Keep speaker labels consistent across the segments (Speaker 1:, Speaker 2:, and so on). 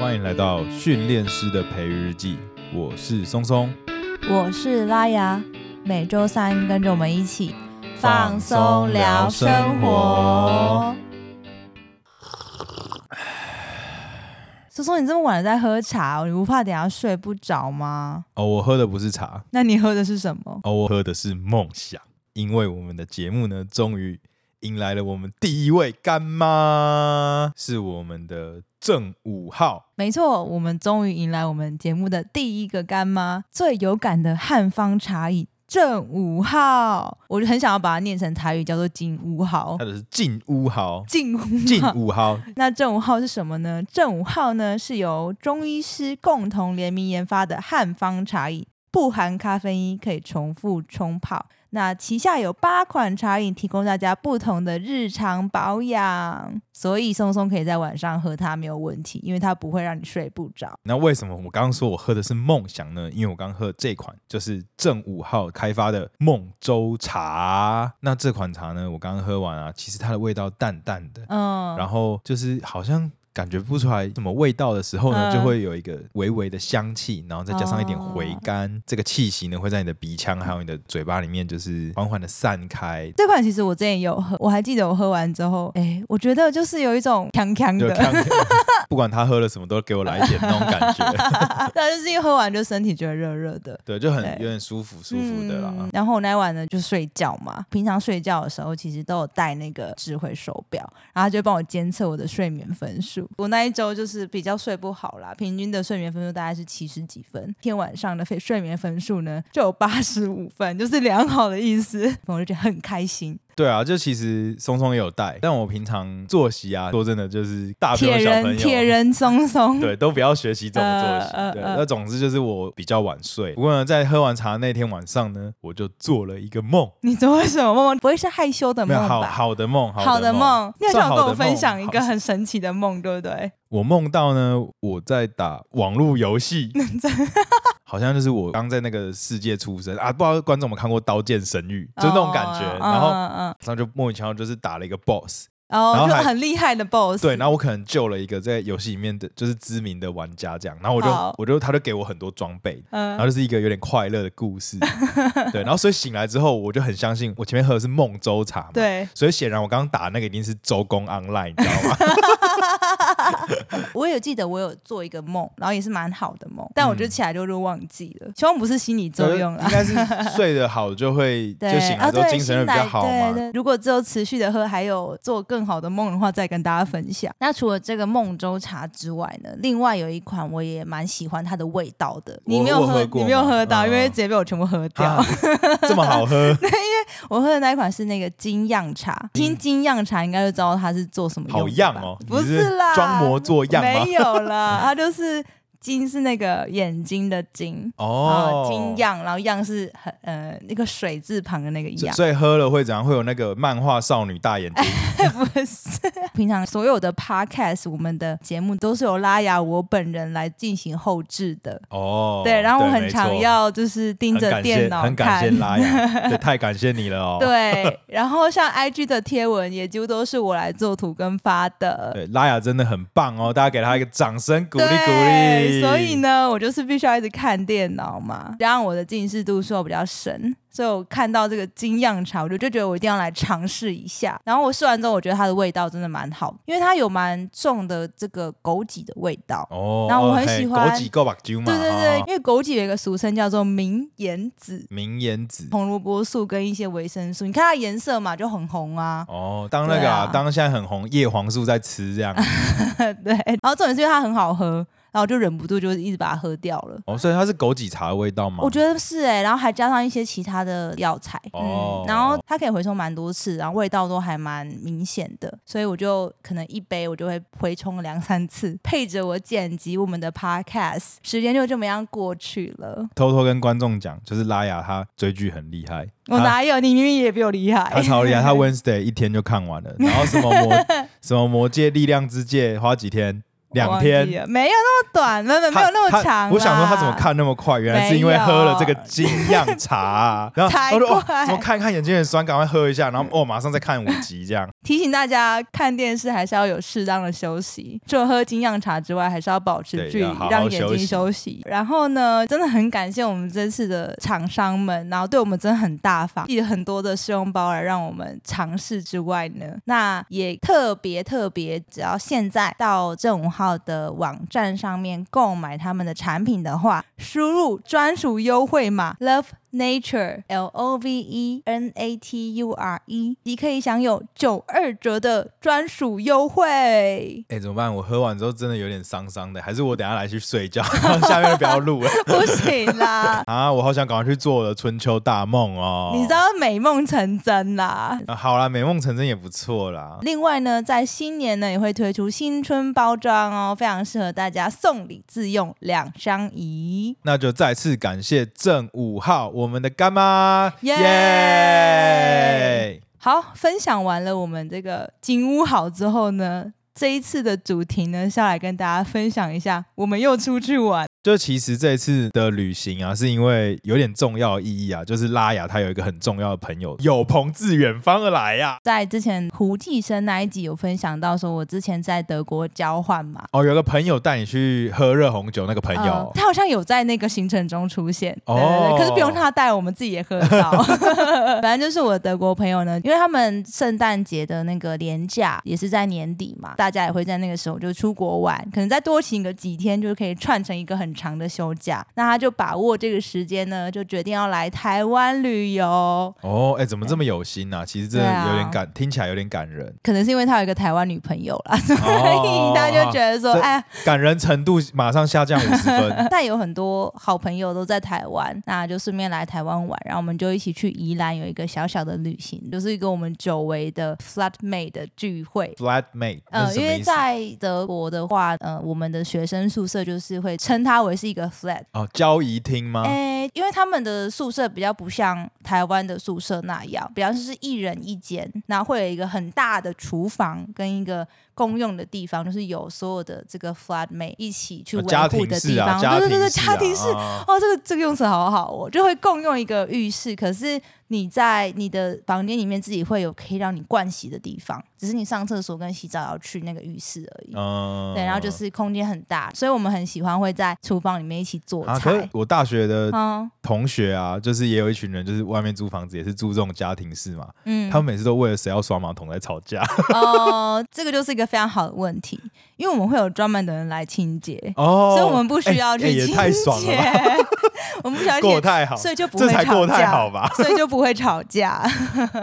Speaker 1: 欢迎来到训练师的培育日记，我是松松，
Speaker 2: 我是拉雅，每周三跟着我们一起
Speaker 1: 放松聊生 活。
Speaker 2: 松松，你这么晚了在喝茶哦，你不怕等一下睡不着吗？
Speaker 1: 哦，我喝的不是茶，
Speaker 2: 那你喝的是什么？
Speaker 1: 哦，我喝的是梦想，因为我们的节目呢，终于迎来了我们第一位干妈，是我们的正五号。
Speaker 2: 没错，我们终于迎来我们节目的第一个干妈，最有感的汉方茶饮正五号，我就很想要把它念成台语，叫做金五号
Speaker 1: 他。的是进屋豪，
Speaker 2: 进
Speaker 1: 进
Speaker 2: 五号，
Speaker 1: 屋豪，
Speaker 2: 那正五号是什么呢？正五号呢是由中医师共同联名研发的汉方茶饮，不含咖啡因，可以重复冲泡。那旗下有八款茶饮，提供大家不同的日常保养，所以松松可以在晚上喝它没有问题，因为它不会让你睡不着。
Speaker 1: 那为什么我刚刚说我喝的是梦想呢？因为我刚喝这款就是正五号开发的梦州茶。那这款茶呢，我刚刚喝完啊，其实它的味道淡淡的，
Speaker 2: 嗯，
Speaker 1: 然后就是好像感觉不出来什么味道的时候呢，
Speaker 2: 嗯
Speaker 1: 就会有一个微微的香气，然后再加上一点回甘，这个气息呢会在你的鼻腔还有你的嘴巴里面就是缓缓的散开。
Speaker 2: 这款其实我之前也有喝，我还记得我喝完之后，哎，我觉得就是有一种强强
Speaker 1: 就
Speaker 2: 的，
Speaker 1: 看， 不管他喝了什么，都给我来一点那种感觉，
Speaker 2: 但是因为喝完就身体觉得热热的，
Speaker 1: 对，就很
Speaker 2: 对
Speaker 1: 有点舒服舒服的啦。
Speaker 2: 嗯然后我那一晚呢就睡觉嘛，平常睡觉的时候其实都有戴那个智慧手表，然后它就会帮我监测我的睡眠分数。我那一周就是比较睡不好啦，平均的睡眠分数大概是七十几分，天晚上的睡睡眠分数呢就有八十五分，就是良好的意思，我就觉得很开心。
Speaker 1: 对啊，就其实松松也有带，但我平常作息啊，说真的就是大朋
Speaker 2: 铁
Speaker 1: 友小朋
Speaker 2: 人
Speaker 1: 友，
Speaker 2: 铁人松松，
Speaker 1: 对，都不要学习这种作息。
Speaker 2: 呃呃
Speaker 1: 对，
Speaker 2: 呃
Speaker 1: 那总之就是我比较晚睡。不过呢，在喝完茶那天晚上呢，我就做了一个梦，
Speaker 2: 你做了什么梦？不会是害羞的
Speaker 1: 没
Speaker 2: 梦
Speaker 1: 有好
Speaker 2: 吧？
Speaker 1: 好的梦，
Speaker 2: 好
Speaker 1: 的
Speaker 2: 的梦，你好像
Speaker 1: 算好
Speaker 2: 有跟
Speaker 1: 的
Speaker 2: 我分
Speaker 1: 梦
Speaker 2: 享一个
Speaker 1: 好
Speaker 2: 很神奇的梦，对不对？
Speaker 1: 我梦到呢，我在打网络游 戏，好像就是我刚在那个世界出生啊，不知道观众有没有看过《刀剑神域》，就是那种感觉。
Speaker 2: 哦
Speaker 1: 然后
Speaker 2: 嗯嗯嗯
Speaker 1: 然后就莫名其妙就是打了一个 boss，
Speaker 2: 然后
Speaker 1: 然后
Speaker 2: 哦就
Speaker 1: 还
Speaker 2: 很厉害的 BOSS。
Speaker 1: 对，然后我可能救了一个在游戏里面的就是知名的玩家这样，然后我就
Speaker 2: 好
Speaker 1: 我就他就给我很多装备，然
Speaker 2: 嗯，
Speaker 1: 后就是一个有点快乐的故 事，对，然后所以醒来之后，我就很相信我前面喝的是梦州茶嘛，，
Speaker 2: 对，
Speaker 1: 所以显然我刚刚打那个一定是周公 online，你知道 吗？
Speaker 2: 我有记得我有做一个梦，然后也是蛮好的梦，但我
Speaker 1: 嗯
Speaker 2: 就起来就就忘记了，希望不是心理作用
Speaker 1: 应
Speaker 2: 啦。
Speaker 1: 该是睡得好就会嗯就
Speaker 2: 对
Speaker 1: 醒
Speaker 2: 啊，
Speaker 1: 来之后
Speaker 2: 对，
Speaker 1: 精神会比较好
Speaker 2: 醒来
Speaker 1: 嘛，
Speaker 2: 对对，如果之后持续的喝，还有做更好的梦的话，再跟大家分享。那除了这个梦州茶之外呢，另外有一款我也蛮喜欢它的味道的。你
Speaker 1: 我
Speaker 2: 没有
Speaker 1: 我喝
Speaker 2: 喝，
Speaker 1: 过
Speaker 2: 你没有
Speaker 1: 吗
Speaker 2: 喝到，
Speaker 1: 嗯
Speaker 2: 因为直接被我全部喝掉。
Speaker 1: 啊这么好喝，
Speaker 2: 我喝的那一款是那个金样茶，听金样茶应该就知道它是做什么用
Speaker 1: 嗯好
Speaker 2: 的
Speaker 1: 样
Speaker 2: 吧
Speaker 1: 哦！
Speaker 2: 不
Speaker 1: 你是
Speaker 2: 啦，
Speaker 1: 装模作样吗
Speaker 2: 没？有啦， 它就是金是那个眼睛的金。
Speaker 1: 哦
Speaker 2: 啊，金样，然后样是很呃那个水字旁的那个
Speaker 1: 所
Speaker 2: 样，
Speaker 1: 所以喝了会怎样？会有那个漫画少女大眼 睛，
Speaker 2: 不是。平常所有的 podcast 我们的节目都是由拉雅我本人来进行后置的，
Speaker 1: 哦，
Speaker 2: 对，然后我很
Speaker 1: 没
Speaker 2: 常
Speaker 1: 错
Speaker 2: 要就是盯
Speaker 1: 很
Speaker 2: 着
Speaker 1: 感
Speaker 2: 电
Speaker 1: 谢，
Speaker 2: 脑
Speaker 1: 很感
Speaker 2: 看
Speaker 1: 谢，拉 雅， 对，太感谢你了哦。
Speaker 2: 对，然后像 IG 的贴文也几乎都是我来做图跟发的，
Speaker 1: 对，拉雅真的很棒哦，大家给她一个掌声鼓励鼓
Speaker 2: 对
Speaker 1: 励。
Speaker 2: 所以，呢，我就是必须要一直看电脑嘛，加上我的近视度数比较深，所以我看到这个金样茶，我就就觉得我一定要来尝试一下。然后我试完之后，我觉得它的味道真的蛮好，因为它有蛮重的这个枸杞的味道。
Speaker 1: 哦，
Speaker 2: 然后我很
Speaker 1: 嘿
Speaker 2: 喜欢
Speaker 1: 枸杞够把酒嘛，
Speaker 2: 对对对，
Speaker 1: 哦
Speaker 2: 因为枸杞有一个俗称叫做明眼子，
Speaker 1: 明眼子。
Speaker 2: 红萝卜素跟一些维生素，你看它颜色嘛就很红啊，
Speaker 1: 哦，当那个啊，
Speaker 2: 对啊
Speaker 1: 当现在很红叶黄素在吃这 样，
Speaker 2: 对。然后重点是因为它很好喝，然后我就忍不住就一直把它喝掉了。
Speaker 1: 哦，所以它是枸杞茶的味道吗？
Speaker 2: 我觉得是哎、然后还加上一些其他的药材，
Speaker 1: 哦
Speaker 2: 嗯，然后它可以回收蛮多次，然后味道都还蛮明显的，所以我就可能一杯我就会回冲两三次， 配着我剪辑我们的 podcast，时间就这么样过去了。
Speaker 1: 偷偷跟观众讲，就是拉雅她追剧很厉害，
Speaker 2: 我
Speaker 1: 她
Speaker 2: 哪有？你明明也比我厉
Speaker 1: 她
Speaker 2: 害。
Speaker 1: 超厉害， 她 Wednesday 一天就看完了，然后什么魔什么魔界力量之界花几天， 两
Speaker 2: 我
Speaker 1: 天
Speaker 2: 忘记，了，没有那么短，没有没有 没
Speaker 1: 她
Speaker 2: 有那么
Speaker 1: 她
Speaker 2: 长啦。
Speaker 1: 我想说她怎么看那么快，原来是因为喝了这个精酿茶啊、然后
Speaker 2: 才
Speaker 1: 我就哦
Speaker 2: 怪
Speaker 1: 怎么看一看眼睛很酸，赶快喝一下，然后哦马上再看五集这样。
Speaker 2: 提醒大家，看电视还是要有适当的休息。除了喝精酿茶之外，还是要保持
Speaker 1: 对
Speaker 2: 距离，
Speaker 1: 要好好
Speaker 2: 让眼
Speaker 1: 休
Speaker 2: 睛
Speaker 1: 息
Speaker 2: 休息。然后呢，真的很感谢我们这次的厂商们，然后对我们真的很大方，寄了很多的试用包来让我们尝试之外呢，那也特别特别，只要现在到正五号的网站上面购买他们的产品的话，输入专属优惠码 Love。Nature L O V E N A T U R E，你可以享有九二折的专属优惠。
Speaker 1: 哎、怎么办？我喝完之后真的有点伤伤的，还是我等一下来去睡觉，下面就不要录 了
Speaker 2: 不行啦，
Speaker 1: 啊！我好想赶快去做我的春秋大梦哦。
Speaker 2: 你知道美梦成真啦。
Speaker 1: 啊？好啦，美梦成真也不错啦。
Speaker 2: 另外呢，在新年呢也会推出新春包装哦，非常适合大家送礼自用，两相宜。
Speaker 1: 那就再次感谢正五号我们的干妈，
Speaker 2: 耶
Speaker 1: 耶、
Speaker 2: 好，分享完了我们这个金屋好之后呢，这一次的主题呢是要来跟大家分享一下，我们又出去玩。
Speaker 1: 就其实这次的旅行啊，是因为有点重要意义啊，就是拉雅她有一个很重要的朋友，有朋自远方而来啊呀、
Speaker 2: 在之前胡继生那一集有分享到，说我之前在德国交换嘛，
Speaker 1: 哦，有个朋友带你去喝热红酒，那个朋友、
Speaker 2: 呃他好像有在那个行程中出现，对对对，
Speaker 1: 哦
Speaker 2: 可是不用他带，我们自己也喝得 到。反正就是我的德国朋友呢，因为他们圣诞节的那个年假也是在年底嘛，大家也会在那个时候就出国玩，可能再多请个几天，就可以串成一个很长的休假。那他就把握这个时间呢，就决定要来台湾旅游。
Speaker 1: 哦，哎、怎么这么有心呐、其实真的
Speaker 2: 嗯对啊，
Speaker 1: 有点感，听起来有点感人
Speaker 2: 可能是因为他有一个台湾女朋友啦，所
Speaker 1: 哦
Speaker 2: 以他就觉得说，
Speaker 1: 这
Speaker 2: 哎，。
Speaker 1: 感人程度马上下降五十分
Speaker 2: 但有很多好朋友都在台湾，那就顺便来台湾玩，然后我们就一起去宜兰有一个小小的旅行，就是一个我们久违的 flatmate 的聚会。
Speaker 1: Flatmate，那
Speaker 2: 呃，
Speaker 1: 是什
Speaker 2: 因
Speaker 1: 么
Speaker 2: 为
Speaker 1: 意思？
Speaker 2: 在德国的话，呃，我们的学生宿舍就是会称它为是一个 flat，
Speaker 1: 哦，交谊厅吗？
Speaker 2: 诶、因为他们的宿舍比较不像台湾的宿舍那样，比方是一人一间，那会有一个很大的厨房跟一个公用的地方，就是有所有的这个 flatmate 一起去
Speaker 1: 哦
Speaker 2: 维
Speaker 1: 家
Speaker 2: 护
Speaker 1: 庭
Speaker 2: 的
Speaker 1: 式
Speaker 2: 地
Speaker 1: 啊，
Speaker 2: 方。
Speaker 1: 家庭
Speaker 2: 对对对，
Speaker 1: 式啊
Speaker 2: 家庭式。
Speaker 1: 啊
Speaker 2: 哦，这个这个用词好好哦，就会共用一个浴室，可是你在你的房间里面自己会有可以让你盥洗的地方，只是你上厕所跟洗澡要去那个浴室而已。
Speaker 1: 嗯
Speaker 2: 对，然后就是空间很大，所以我们很喜欢会在厨房里面一起做
Speaker 1: 啊，可
Speaker 2: 菜
Speaker 1: 是。我大学的
Speaker 2: 嗯
Speaker 1: 同学啊，就是也有一群人，就是外面租房子也是租这种家庭式嘛，
Speaker 2: 嗯，
Speaker 1: 他们每次都为了谁要刷马桶在吵 架。
Speaker 2: 哦，这个就是一个非常好的问题，因为我们会有专门的人来清洁，
Speaker 1: 哦，
Speaker 2: 所以我们不需要
Speaker 1: 哎哎
Speaker 2: 去清
Speaker 1: 也
Speaker 2: 洁，
Speaker 1: 太爽了吧，
Speaker 2: 我们不 需要
Speaker 1: 过
Speaker 2: 去，
Speaker 1: 太好，
Speaker 2: 所以就不
Speaker 1: 这
Speaker 2: 会
Speaker 1: 才
Speaker 2: 吵
Speaker 1: 过太
Speaker 2: 架，
Speaker 1: 好吧？
Speaker 2: 所以就不会吵架。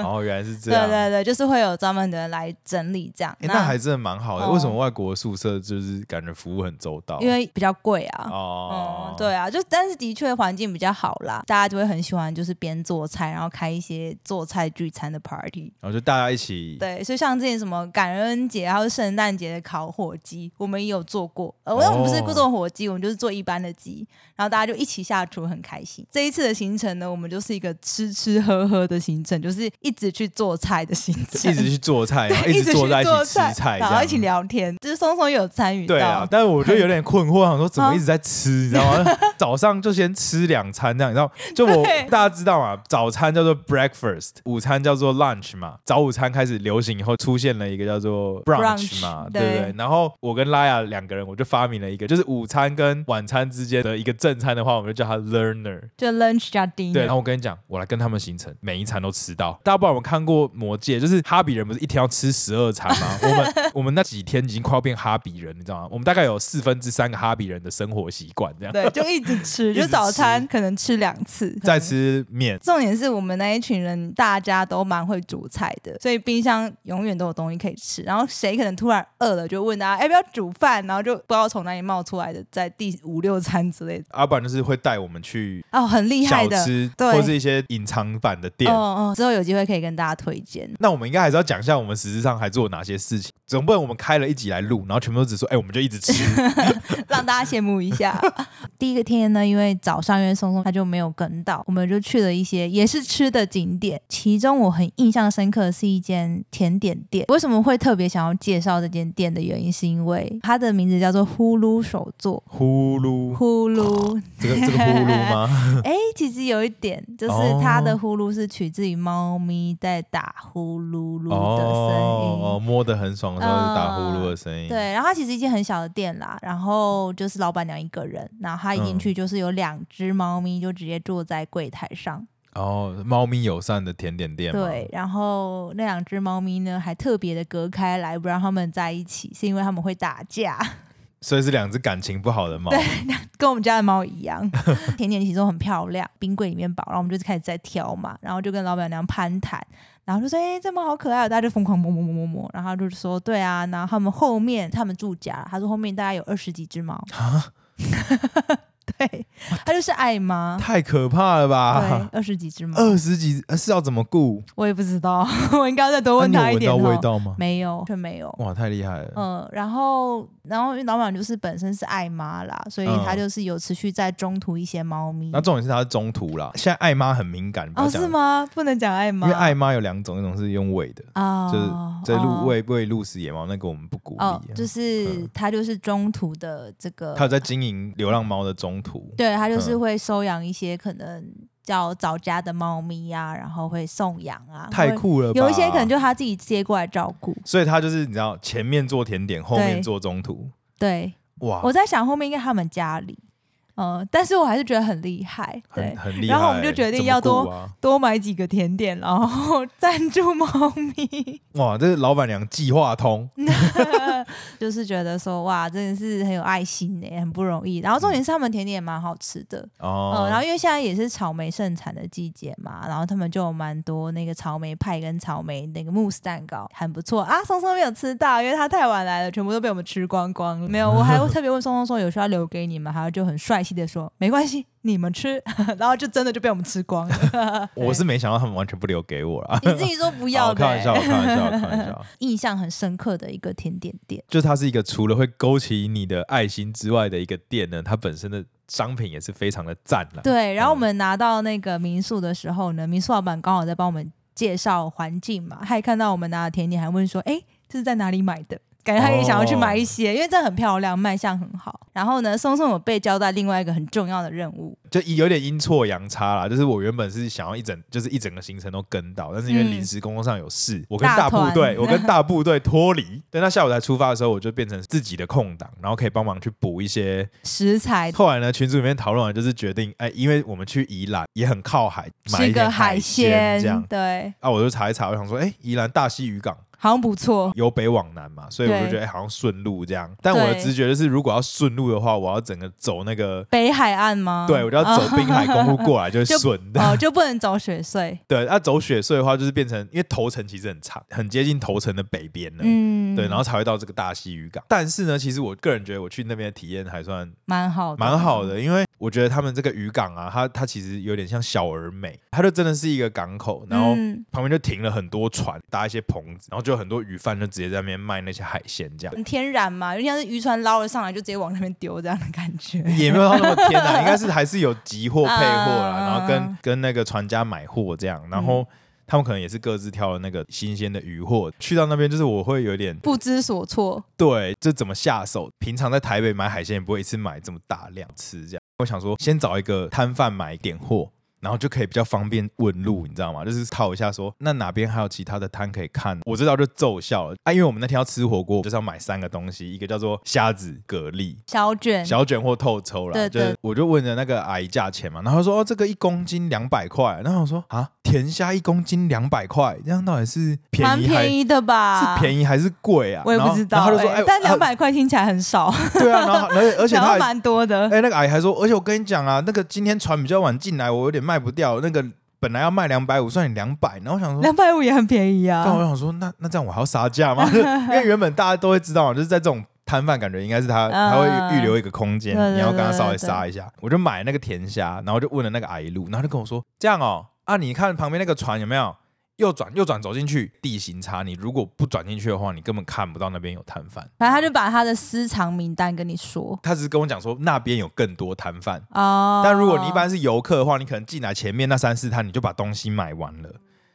Speaker 1: 哦，原来是这
Speaker 2: 对
Speaker 1: 样。
Speaker 2: 对对，就是会有专门的人来整理这样。
Speaker 1: 哎、那还真的蛮好的。
Speaker 2: 哦
Speaker 1: 为什么外国宿舍就是感觉服务很周到？
Speaker 2: 因为比较贵啊。
Speaker 1: 哦
Speaker 2: 嗯，，对啊，就但是的确环境比较好啦，大家就会很喜欢，就是边做菜，然后开一些做菜聚餐的 party。
Speaker 1: 然后就大家一起，
Speaker 2: 对，所以像之前什么感恩节还有圣诞节的烤火鸡，我们也有做过。呃，我们不是
Speaker 1: 哦
Speaker 2: 做火鸡，我们就是做一般的鸡，然后大家就一起下厨，很开心。这一次的行程呢，我们就是一个吃吃喝喝的行程，就是一直去做菜的行
Speaker 1: 就
Speaker 2: 程，
Speaker 1: 一直去做菜，然后
Speaker 2: 一
Speaker 1: 直
Speaker 2: 去
Speaker 1: 坐在一起
Speaker 2: 做
Speaker 1: 吃菜，
Speaker 2: 然
Speaker 1: 这
Speaker 2: 后
Speaker 1: 样
Speaker 2: 一起。聊天。就是松松也有参与到，
Speaker 1: 对啊，但是我就有点困惑，想说怎
Speaker 2: 啊
Speaker 1: 么一直在 吃，你知道吗？早上就先吃两餐这样，你知道？就我
Speaker 2: 对
Speaker 1: 大家知道嘛，早餐叫做 breakfast，午餐叫做 lunch 嘛。早午餐开始流行以后，出现了一个叫做 brunch
Speaker 2: Brunch，
Speaker 1: 嘛，
Speaker 2: 对
Speaker 1: 对不对？然后我跟拉雅两个人，我就发明了一个，就是午餐跟晚餐之间的一个正餐的话，我们就叫它 learner。
Speaker 2: 就 lunch 加 dinner。
Speaker 1: 对，然后我跟你讲，我来跟他们行程，每一餐都吃到。大家不知道有没有看过《魔戒》，就是哈比人不是一天要吃十二餐 吗？我们我们那几天已经快要变哈比人，你知道吗？我们大概有四分之三个哈比人的生活习惯这样，
Speaker 2: 对，就一直 吃，
Speaker 1: 一直
Speaker 2: 就早
Speaker 1: 吃
Speaker 2: 餐可能吃两次，
Speaker 1: 在。吃面。
Speaker 2: 重点是我们那一群人，大家都蛮会煮菜的，所以冰箱永远都有东西可以吃。然后谁可能突然饿了，就问大家要不要煮饭，然后就不知道从哪里冒出来的，在第五六餐之类的。
Speaker 1: 阿不然就是会带我们去
Speaker 2: 哦，很厉害
Speaker 1: 小
Speaker 2: 的，
Speaker 1: 吃
Speaker 2: 对
Speaker 1: 或是一些隐藏版的店。
Speaker 2: 哦哦，之后有机会可以跟大家推荐。
Speaker 1: 那我们应该还是要讲一下我们实质上还做哪些事情，总不能我们开了一集来录，然后全部都只说哎、我们就一直吃。
Speaker 2: 让大家羡慕一下。 第一个天呢，因为早上因为松松他就没有跟到，我们就去了一些也是吃的景点。其中我很印象深刻的是一间甜点店。为什么会特别想要介绍这间店的原因，是因为它的名字叫做呼噜手作。
Speaker 1: 呼噜，
Speaker 2: 呼噜，
Speaker 1: 这个这个呼呼噜吗？
Speaker 2: 哎、其实有一点，就是
Speaker 1: 哦
Speaker 2: 它的呼噜是取自于猫咪在打 呼噜噜的声音。
Speaker 1: 哦，摸得很爽的时候是打呼噜的声音。
Speaker 2: 对，然后它其实一间很小的店啦，然后就是老板娘一个人，然后她一进去就是有两只猫咪就直接坐在柜台上，
Speaker 1: 哦，猫咪友善的甜点店嘛。
Speaker 2: 对，然后那两只猫咪呢还特别的隔开来，不让它们在一起，是因为它们会打架，
Speaker 1: 所以是两只感情不好的猫。
Speaker 2: 跟我们家的猫一样。甜点其中很漂亮，冰柜里面饱，然后我们就开始在挑嘛，然后就跟老板娘攀谈，然后就说：“哎、这猫好可爱哦！”大家就疯狂摸摸摸摸摸，然后她就说：“对啊。”然后他们后面他们住家，他说后面大概有二十几只猫。
Speaker 1: 啊，
Speaker 2: 对，它就是爱吗？
Speaker 1: 太可怕了
Speaker 2: 对
Speaker 1: 吧，！
Speaker 2: 二十几只猫，
Speaker 1: 啊二十几呃是要怎么顾？
Speaker 2: 我也不知道， 我应该要再多
Speaker 1: 那
Speaker 2: 问
Speaker 1: 你有
Speaker 2: 他一
Speaker 1: 闻
Speaker 2: 点
Speaker 1: 到
Speaker 2: 哦。
Speaker 1: 味道哦吗？
Speaker 2: 没有，却没有。
Speaker 1: 哇，太厉害了！
Speaker 2: 嗯，然后，然后因为老板就是本身是爱妈啦，所以
Speaker 1: 嗯
Speaker 2: 他就是有持续在中途一些猫咪。
Speaker 1: 那重点是它是中途啦，现在爱妈很敏感，不要
Speaker 2: 哦，
Speaker 1: 讲
Speaker 2: 是吗？不能讲爱
Speaker 1: 因
Speaker 2: 妈，
Speaker 1: 为爱妈有两种，一种是用喂的，
Speaker 2: 啊，
Speaker 1: 就是在
Speaker 2: 哦
Speaker 1: 路喂喂路食野猫，那个我们不鼓
Speaker 2: 哦，
Speaker 1: 励
Speaker 2: 就
Speaker 1: 啊。
Speaker 2: 是他就是中途的这个
Speaker 1: 它，有在经营流浪猫的中途，
Speaker 2: 对他就是
Speaker 1: 嗯
Speaker 2: 会收养一些可能叫早家的猫咪啊，然后会送养啊，
Speaker 1: 太
Speaker 2: 会
Speaker 1: 酷了吧！
Speaker 2: 有一些可能就他自己接过来照顾。
Speaker 1: 所以它就是你知道，前面做甜点，后面
Speaker 2: 对
Speaker 1: 做中途，
Speaker 2: 对，
Speaker 1: 哇，
Speaker 2: 我在想后面应该他们家里，呃，但是我还是觉得很厉害，对
Speaker 1: 很。很厉害。
Speaker 2: 然后我们就决定
Speaker 1: 怎么
Speaker 2: 要多
Speaker 1: 顾啊
Speaker 2: 多买几个甜点，然后赞助猫咪，
Speaker 1: 哇，这是老板娘计划通，
Speaker 2: 嗯就是觉得说哇，真的是很有爱心呢、很不容易。然后重点是他们甜点也蛮好吃的，
Speaker 1: 哦，
Speaker 2: 嗯，然后因为现在也是草莓盛产的季节嘛，然后他们就有蛮多那个草莓派跟草莓那个慕斯蛋糕，很不错啊。松松没有吃到，因为他太晚来了，全部都被我们吃光光了。没有，我还特别问松松说有需要留给你们，他就很帅气的说没关系，你们吃， 然后就真的就被我们吃光 了。
Speaker 1: 我是没想到他们完全不留给我啦。
Speaker 2: 你自己说不
Speaker 1: 好
Speaker 2: 要
Speaker 1: 我
Speaker 2: 的、
Speaker 1: 开玩笑，
Speaker 2: 欸，
Speaker 1: 我 开玩笑，我开玩笑。
Speaker 2: 印象很深刻的一个甜点店。
Speaker 1: 就它是一个除了会勾起你的爱心之外的一个店呢，它本身的商品也是非常的赞啦。
Speaker 2: 对，然后我们拿到那个民宿的时候呢，民宿老板刚好在帮我们介绍环境嘛，他也看到我们拿的甜点，还问说：“哎，这是在哪里买的？”感觉他也想要去买一些，因为这很漂亮，卖相很好。然后呢，松松有被交代另外一个很重要的任务，
Speaker 1: 就有点阴错阳差啦。就是我原本是想要一整，就是一整个行程都跟到，但是因为
Speaker 2: 嗯
Speaker 1: 临时工作上有事，我跟
Speaker 2: 大
Speaker 1: 大部队，我
Speaker 2: 团
Speaker 1: 跟大部队脱离。对，那下午才出发的时候，我就变成自己的空档，然后可以帮忙去补一些。
Speaker 2: 食材
Speaker 1: 后来呢，群组里面讨论完，就是决定，哎，因为我们去宜兰也很靠海，买
Speaker 2: 吃
Speaker 1: 一点
Speaker 2: 个海
Speaker 1: 鲜
Speaker 2: 鲜
Speaker 1: 这样，。
Speaker 2: 对，
Speaker 1: 啊，我就查一查，我想说，哎，宜兰大溪渔港。
Speaker 2: 好像不错。
Speaker 1: 由北往南嘛，所以我就
Speaker 2: 对
Speaker 1: 觉得、哎好像顺路这样。但我的
Speaker 2: 对
Speaker 1: 直觉就是，如果要顺路的话，我要整个走那个，
Speaker 2: 北海岸吗？
Speaker 1: 对我就要走滨海公路 过来，就是
Speaker 2: 就
Speaker 1: 顺 的。
Speaker 2: 哦，就不能走雪 隧。
Speaker 1: 对，那、走雪隧的话，就是变成因为头城其实很长，很接近头城的北边了。
Speaker 2: 嗯，
Speaker 1: 对，然后才会到这个大溪渔港。但是呢，其实我个人觉得我去那边的体验还算
Speaker 2: 蛮好的，
Speaker 1: 蛮好的，因为我觉得他们这个渔港啊，它它其实有点像小而美，它就真的是一个港口，然后
Speaker 2: 嗯
Speaker 1: 旁边就停了很多船，搭一些棚子，然后就有很多鱼贩就直接在那边卖那些海鲜这样。
Speaker 2: 很天然嘛，有点像是渔船捞了上来就直接往那边丢这样的感觉。
Speaker 1: 也没有到那么 天然，应该是还是有集货配货啦，
Speaker 2: 嗯啊嗯
Speaker 1: 然后跟跟那个船家买货这样，然后他们可能也是各自挑了那个新鲜的鱼货，去到那边就是我会有点
Speaker 2: 不知所措。
Speaker 1: 对，这怎么下手？平常在台北买海鲜也不会一次买这么大量吃这样，我想说先找一个摊贩买点货。然后就可以比较方便问路，你知道吗？就是套一下说，那哪边还有其他的摊可以看？我这道就奏效了啊！因为我们那天要吃火锅，就是要买三个东西，一个叫做虾子、蛤蜊，
Speaker 2: 小卷，
Speaker 1: 小卷或透抽啦，
Speaker 2: 嗯对
Speaker 1: 就
Speaker 2: 对
Speaker 1: 是我就问了那个阿姨价钱嘛，然后她说哦这个一公斤两百块，然后我说啊甜虾一公斤两百块，这样到底是
Speaker 2: 蛮
Speaker 1: 便宜还
Speaker 2: 便宜的吧？
Speaker 1: 是便
Speaker 2: 宜，
Speaker 1: 宜还是贵啊？
Speaker 2: 我也不知道
Speaker 1: 然
Speaker 2: 欸。
Speaker 1: 后然后她就说哎，
Speaker 2: 但
Speaker 1: 她
Speaker 2: 两百块听起来很少，
Speaker 1: 对啊， 然后 而且而且
Speaker 2: 然
Speaker 1: 她
Speaker 2: 后
Speaker 1: 还
Speaker 2: 蛮多的。
Speaker 1: 哎那个阿姨还说，而且我跟你讲啊，那个今天船比较晚进来，我有点卖不掉，那个本来要卖两百五，算你两百，然后我想说。
Speaker 2: 两百五也很便宜
Speaker 1: 但我
Speaker 2: 啊，
Speaker 1: 想说，那那这样我还要杀价吗？ 因为原本大家都会知道嘛，就是在这种摊贩，感觉应该是他、他会预留一个空间，
Speaker 2: 嗯对对
Speaker 1: 你要跟他稍微
Speaker 2: 对对
Speaker 1: 杀一下。我就买那个甜虾，然后就问了那个阿姨路，然后就跟我说：“这样哦，啊，你看旁边那个船有没有？”右转，右转走进去，地形差，你如果不转进去的话，你根本看不到那边有摊贩。
Speaker 2: 反正他就把他的私藏名单跟你说
Speaker 1: 他只是跟我讲说那边有更多摊贩，
Speaker 2: 哦。
Speaker 1: 但如果你一般是游客的话，你可能进来前面那三四摊，你就把东西买完了，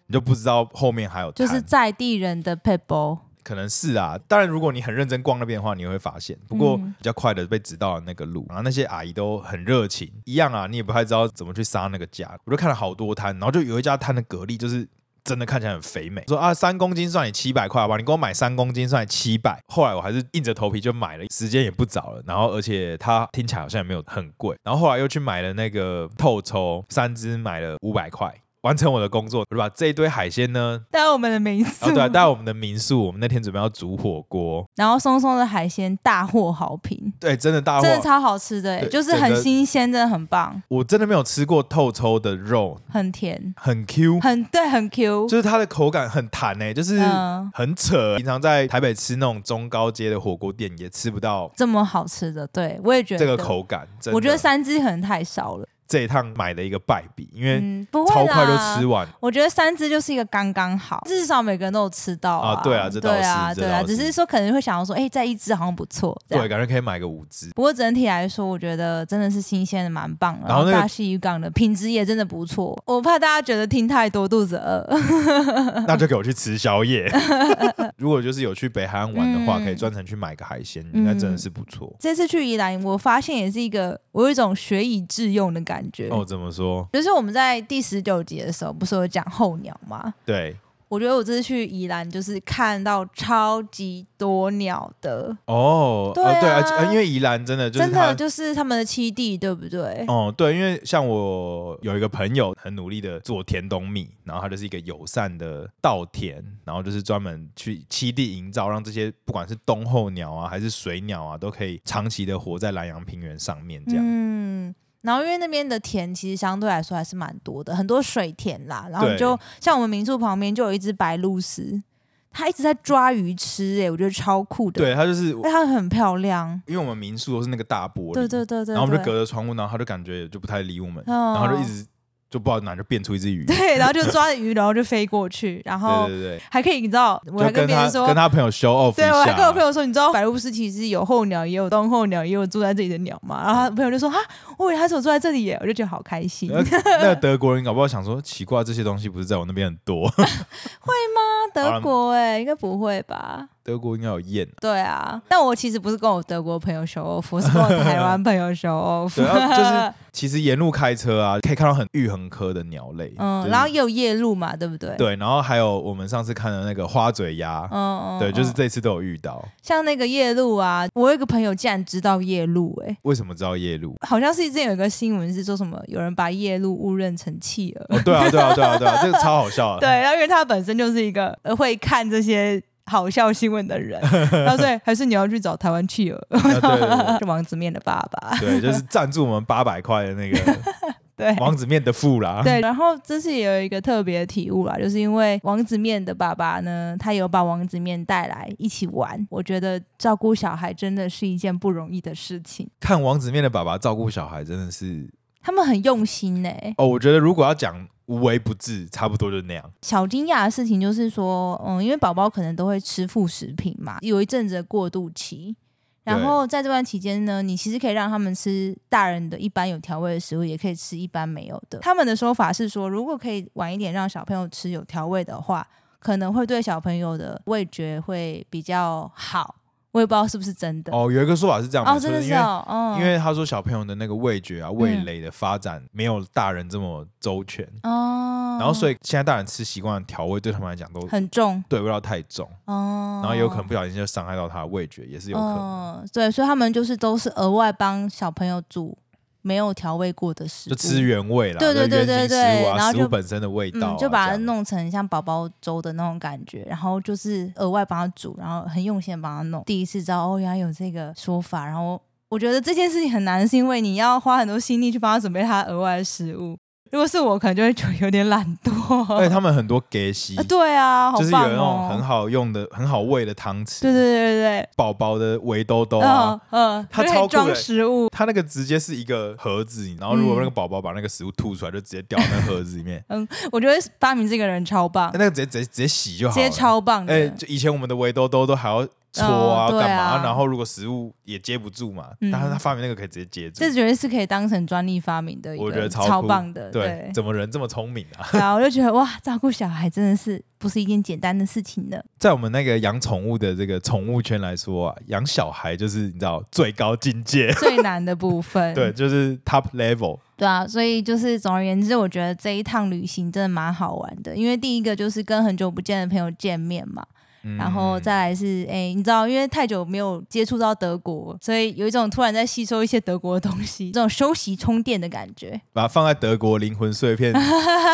Speaker 1: 你就不知道后面还有
Speaker 2: 就
Speaker 1: 摊。
Speaker 2: 是在地人的 p e b b l
Speaker 1: 可能是啊。当然，如果你很认真逛那边的话，你会发现。不过
Speaker 2: 嗯
Speaker 1: 比较快的被指到了那个路，然后那些阿姨都很热情，一样啊，你也不太知道怎么去杀那个价。我就看了好多摊，然后就有一家摊的蛤蜊就是。真的看起来很肥美，说啊三公斤算你七百块好吧，你给我买三公斤算你七百。后来我还是硬着头皮就买了，时间也不早了，然后而且它听起来好像也没有很贵，然后后来又去买了那个透抽三只，买了五百块，完成我的工作，我就把这一堆海鲜呢
Speaker 2: 带我们的民宿，
Speaker 1: 啊， 对啊，带我们的民宿，我们那天准备要煮火锅，
Speaker 2: 然后松松的海鲜大获好评，
Speaker 1: 对，真的大
Speaker 2: 真的
Speaker 1: 货，
Speaker 2: 超好吃的、欸，
Speaker 1: 对
Speaker 2: 就是很新鲜，真的很棒，
Speaker 1: 我真的没有吃过透抽的肉，
Speaker 2: 很甜，
Speaker 1: 很 Q，
Speaker 2: 很对，很 Q，
Speaker 1: 就是它的口感很弹诶、就是
Speaker 2: 嗯
Speaker 1: 很扯。欸平常在台北吃那种中高阶的火锅店也吃不到
Speaker 2: 这么好吃的，对我也觉
Speaker 1: 这
Speaker 2: 得
Speaker 1: 个，口感，真的
Speaker 2: 我觉得三只可能太少了，
Speaker 1: 这一趟买的一个败笔，因为
Speaker 2: 嗯，不会
Speaker 1: 超快就
Speaker 2: 啦
Speaker 1: 吃完，
Speaker 2: 我觉得三只就是一个刚刚好，至少每个人都有吃到
Speaker 1: 啊
Speaker 2: 对
Speaker 1: 对啊这倒
Speaker 2: 对啊，
Speaker 1: 是这
Speaker 2: 对啊，
Speaker 1: 倒
Speaker 2: 只
Speaker 1: 是
Speaker 2: 是说可能会想要说，哎、再一只好像不错，这样
Speaker 1: 对，。感觉可以买个五 只。
Speaker 2: 不过整体来说，我觉得真的是新鲜的，蛮棒的。
Speaker 1: 然后那个
Speaker 2: 大溪渔港的品质也真的不错。我怕大家觉得听太多肚子饿，
Speaker 1: 那就给我去吃宵夜。如果就是有去北海岸玩的话，
Speaker 2: 嗯
Speaker 1: 可以专程去买个海鲜，应该真的是不错。
Speaker 2: 这次去宜兰，我发现也是一个我有一种学以致用的感觉。
Speaker 1: 哦，怎么说？
Speaker 2: 就是我们在第十九集的时候，不是有讲候鸟吗？
Speaker 1: 对，
Speaker 2: 我觉得我这次去宜兰，就是看到超级多鸟的，
Speaker 1: 哦，
Speaker 2: 对
Speaker 1: 呃、对
Speaker 2: 啊
Speaker 1: 而且呃因为宜兰真的就是
Speaker 2: 真的
Speaker 1: 它，
Speaker 2: 就是他们的栖地，对不对？
Speaker 1: 哦、对，因为像我有一个朋友很努力的做甜冬蜜，然后他就是一个友善的稻田，然后就是专门去栖地营造，让这些不管是冬候鸟啊还是水鸟啊，都可以长期的活在南洋平原上面这样。
Speaker 2: 嗯，然后因为那边的田其实相对来说还是蛮多的，很多水田啦。然后你
Speaker 1: 对
Speaker 2: 就像我们民宿旁边就有一只白鹭鸶，它一直在抓鱼吃、欸，我觉得超酷的。，
Speaker 1: 对，他就是
Speaker 2: 哎，它很漂亮。
Speaker 1: 因为我们民宿都是那个大玻璃，
Speaker 2: 对对对对，
Speaker 1: 然后我们就
Speaker 2: 对
Speaker 1: 隔着窗户，然后他就感觉就不太理我们，
Speaker 2: 哦
Speaker 1: 然后就一直就不知道哪就变出一只鱼。对
Speaker 2: 对，然后就抓着鱼，然后就飞过 去，然后
Speaker 1: 对对
Speaker 2: 还可以，你知道， 我还
Speaker 1: 就跟
Speaker 2: 别
Speaker 1: 他
Speaker 2: 人说
Speaker 1: 跟。他朋啊友 show off
Speaker 2: 对，
Speaker 1: 一
Speaker 2: 我还跟我朋
Speaker 1: 下。
Speaker 2: 友说，你知道白鹭鸶其实有候鸟，也有冬候鸟，也有住在这里的鸟嘛。然后他朋友就说：“哈，我以为它只有住在这里耶。”我就觉得好开心。
Speaker 1: 那那个德国人搞不好想说，奇怪，这些东西不是在我那边很多？
Speaker 2: 德国
Speaker 1: 啊
Speaker 2: 哎、应该不会吧？
Speaker 1: 德国应该有雁。
Speaker 2: 对啊，但我其实不是跟我德国朋友 show off，我是跟我台湾朋友 show off。
Speaker 1: 对， 然后就是其实沿路开车啊，可以看到很玉衡科的鸟类。就
Speaker 2: 嗯，
Speaker 1: 是
Speaker 2: 然后也有夜路嘛，对不对？，
Speaker 1: 对，啊然后还有我们上次看的那个花嘴鸭，
Speaker 2: 嗯嗯，
Speaker 1: 对，就是
Speaker 2: 嗯
Speaker 1: 这次都有遇到。
Speaker 2: 像那个夜路啊，我有一个朋友竟然知道夜路、欸，
Speaker 1: 为什么知道夜鹭？
Speaker 2: 好像是之前有一个新闻是说什么有人把夜路误认成企鹅，
Speaker 1: 哦，对啊，对啊，对啊，对啊，这 个超好笑的。
Speaker 2: 对，然后因为他本身就是一个呃会看这些。好笑新闻的 人，然后所以还是你要去找台湾企鹅，
Speaker 1: 啊对对对
Speaker 2: 王子面的爸爸，
Speaker 1: 对，就是赞助我们八百块的那个
Speaker 2: 对，
Speaker 1: 王子面的富啦。
Speaker 2: 对，然后这次也有一个特别的体悟啦，就是因为王子面的爸爸呢，他有把王子面带来一起玩。我觉得照顾小孩真的是一件不容易的事情，
Speaker 1: 看王子面的爸爸照顾小孩真的是
Speaker 2: 他们很用心欸呢、
Speaker 1: 哦，我觉得如果要讲无微不至，差不多就那样。
Speaker 2: 小惊讶的事情就是说，嗯，因为宝宝可能都会吃副食品嘛，有一阵子的过渡期。然
Speaker 1: 对
Speaker 2: 后在这段期间呢，你其实可以让他们吃大人的一般有调味的食物，也可以吃一般没有的。他们的说法是说，如果可以晚一点让小朋友吃有调味的话，可能会对小朋友的味觉会比较好。我也不知道是不是真的
Speaker 1: 哦，有一个说法是这样，没错
Speaker 2: 真的是
Speaker 1: 因为、
Speaker 2: 哦，嗯，
Speaker 1: 因为他说小朋友的那个味觉啊、味
Speaker 2: 嗯
Speaker 1: 蕾的发展没有大人这么周全，
Speaker 2: 哦，
Speaker 1: 然后所以现在大人吃习惯的调味，对他们来讲都
Speaker 2: 很重
Speaker 1: 对味道太重，
Speaker 2: 哦，
Speaker 1: 然后也有可能不小心就伤害到他的味觉，也是有可能。
Speaker 2: 嗯，对，所以他们就是都是额外帮小朋友煮没有调味过的食物，
Speaker 1: 就吃原味啦，
Speaker 2: 对对对
Speaker 1: 就原形
Speaker 2: 对
Speaker 1: 食物
Speaker 2: 对然后
Speaker 1: 啊，食
Speaker 2: 就
Speaker 1: 物本身的味道啊、
Speaker 2: 嗯，就把
Speaker 1: 这
Speaker 2: 它
Speaker 1: 样
Speaker 2: 弄成像宝宝粥的那种感觉，然后就是额外帮他煮，然后很用心地帮他弄。第一次知道哦，原来有这个说法，然后我觉得这件事情很难，是因为你要花很多心力去帮他准备他额外的食物。如果是我，可能就会觉得有点懒
Speaker 1: 而且
Speaker 2: 惰。
Speaker 1: 他们很多给息、
Speaker 2: 啊对啊，好
Speaker 1: 就是有
Speaker 2: 棒
Speaker 1: 那种很
Speaker 2: 哦！
Speaker 1: 好用的、很好喂的汤匙，
Speaker 2: 对对对
Speaker 1: 宝宝的围兜兜
Speaker 2: 对对，
Speaker 1: 啊，
Speaker 2: 嗯嗯，
Speaker 1: 它
Speaker 2: 就可以
Speaker 1: 超酷
Speaker 2: 装
Speaker 1: 的
Speaker 2: 食物，
Speaker 1: 它那个直接是一个盒子，然后如果
Speaker 2: 嗯，
Speaker 1: 那个宝宝把那个食物吐出来，就直接掉到那个盒子里面
Speaker 2: 我觉得发明这个人超棒
Speaker 1: 那，那个直接直接直接洗就
Speaker 2: 直
Speaker 1: 好了。哎
Speaker 2: 接超棒的。
Speaker 1: 哎、就以前我们的围兜兜都还要搓啊
Speaker 2: 哦对啊
Speaker 1: 干嘛、然后如果食物也接不住嘛，
Speaker 2: 嗯
Speaker 1: 但是他发明那个可以直接接
Speaker 2: 这
Speaker 1: 住，
Speaker 2: 绝对是可以当成专利发明的一个，
Speaker 1: 我觉得
Speaker 2: 超
Speaker 1: 酷
Speaker 2: 棒的。
Speaker 1: 对，怎么人这么聪明啊？
Speaker 2: 然后我就觉得哇，照顾小孩真的是不是一件简单的事 情呢？
Speaker 1: 在我们那个养宠物的这个宠物圈来说啊，养小孩就是你知道最高境界，
Speaker 2: 最难的部分，
Speaker 1: 对，就是 top level。
Speaker 2: 对啊，所以就是总而言之，我觉得这一趟旅行真的蛮好玩的，因为第一个就是跟很久不见的朋友见面嘛，
Speaker 1: 嗯
Speaker 2: 然后再来是哎、你知道，因为太久没有接触到德国，所以有一种突然在吸收一些德国的东西， 这种休息充电的感觉。
Speaker 1: 把它放在德国灵魂碎 片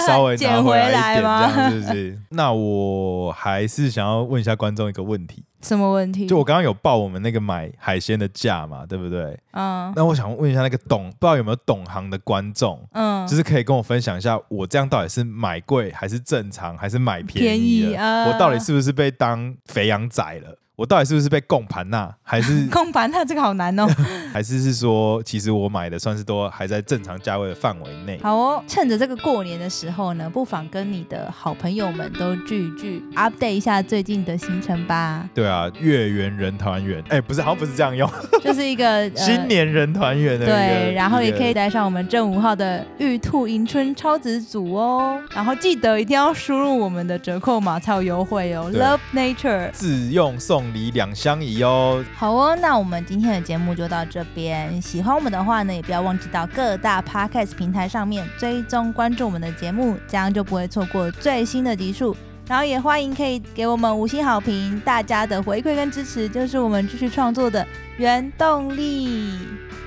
Speaker 1: 稍微拿回来一点，
Speaker 2: 捡回来吗
Speaker 1: 这样是不 是？那我还是想要问一下观众一个问题，
Speaker 2: 什么问题？
Speaker 1: 就我刚刚有报我们那个买海鲜的价嘛，对不对？
Speaker 2: 嗯
Speaker 1: 那我想问一下那个懂，不知道有没有懂行的观众，
Speaker 2: 嗯
Speaker 1: 就，是可以跟我分享一下，我这样到底是买贵还是正常，还是买便
Speaker 2: 便
Speaker 1: 宜
Speaker 2: 宜
Speaker 1: 了？
Speaker 2: 啊
Speaker 1: 我到底是不是被当肥羊仔了？我到底是不是被供盘呐？还 是
Speaker 2: 空盘它这个好难哦。
Speaker 1: 还是是说，其实我买的算是都还在正常价位的范围内？
Speaker 2: 好哦，趁着这个过年的时候呢，不妨跟你的好朋友们都聚一聚，update 一下最近的行程
Speaker 1: 。
Speaker 2: 吧
Speaker 1: 对啊，月圆人团圆，哎、不是，好像不是这样用，
Speaker 2: 就是一个、呃、
Speaker 1: 新年人团圆的一个
Speaker 2: 对，然后也可
Speaker 1: 一
Speaker 2: 以
Speaker 1: 个
Speaker 2: 带上我们正五号的玉兔迎春超值组哦。然后记得一定要输入我们的折扣码才有优惠哦
Speaker 1: 对
Speaker 2: ，Love Nature。
Speaker 1: 自用送礼两相宜哦。
Speaker 2: 好哦，那我们今天的节目就到这边。喜欢我们的话呢，也不要忘记到各大 podcast 平台上面追踪关注我们的节目，这样就不会错过最新的集数。然后也欢迎可以给我们五星好评，大家的回馈跟支持就是我们继续创作的原动力。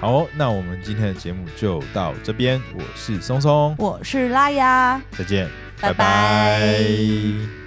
Speaker 1: 好哦、那我们今天的节目就到这边，我是松松，
Speaker 2: 我是拉雅，
Speaker 1: 再见，
Speaker 2: 拜拜
Speaker 1: 拜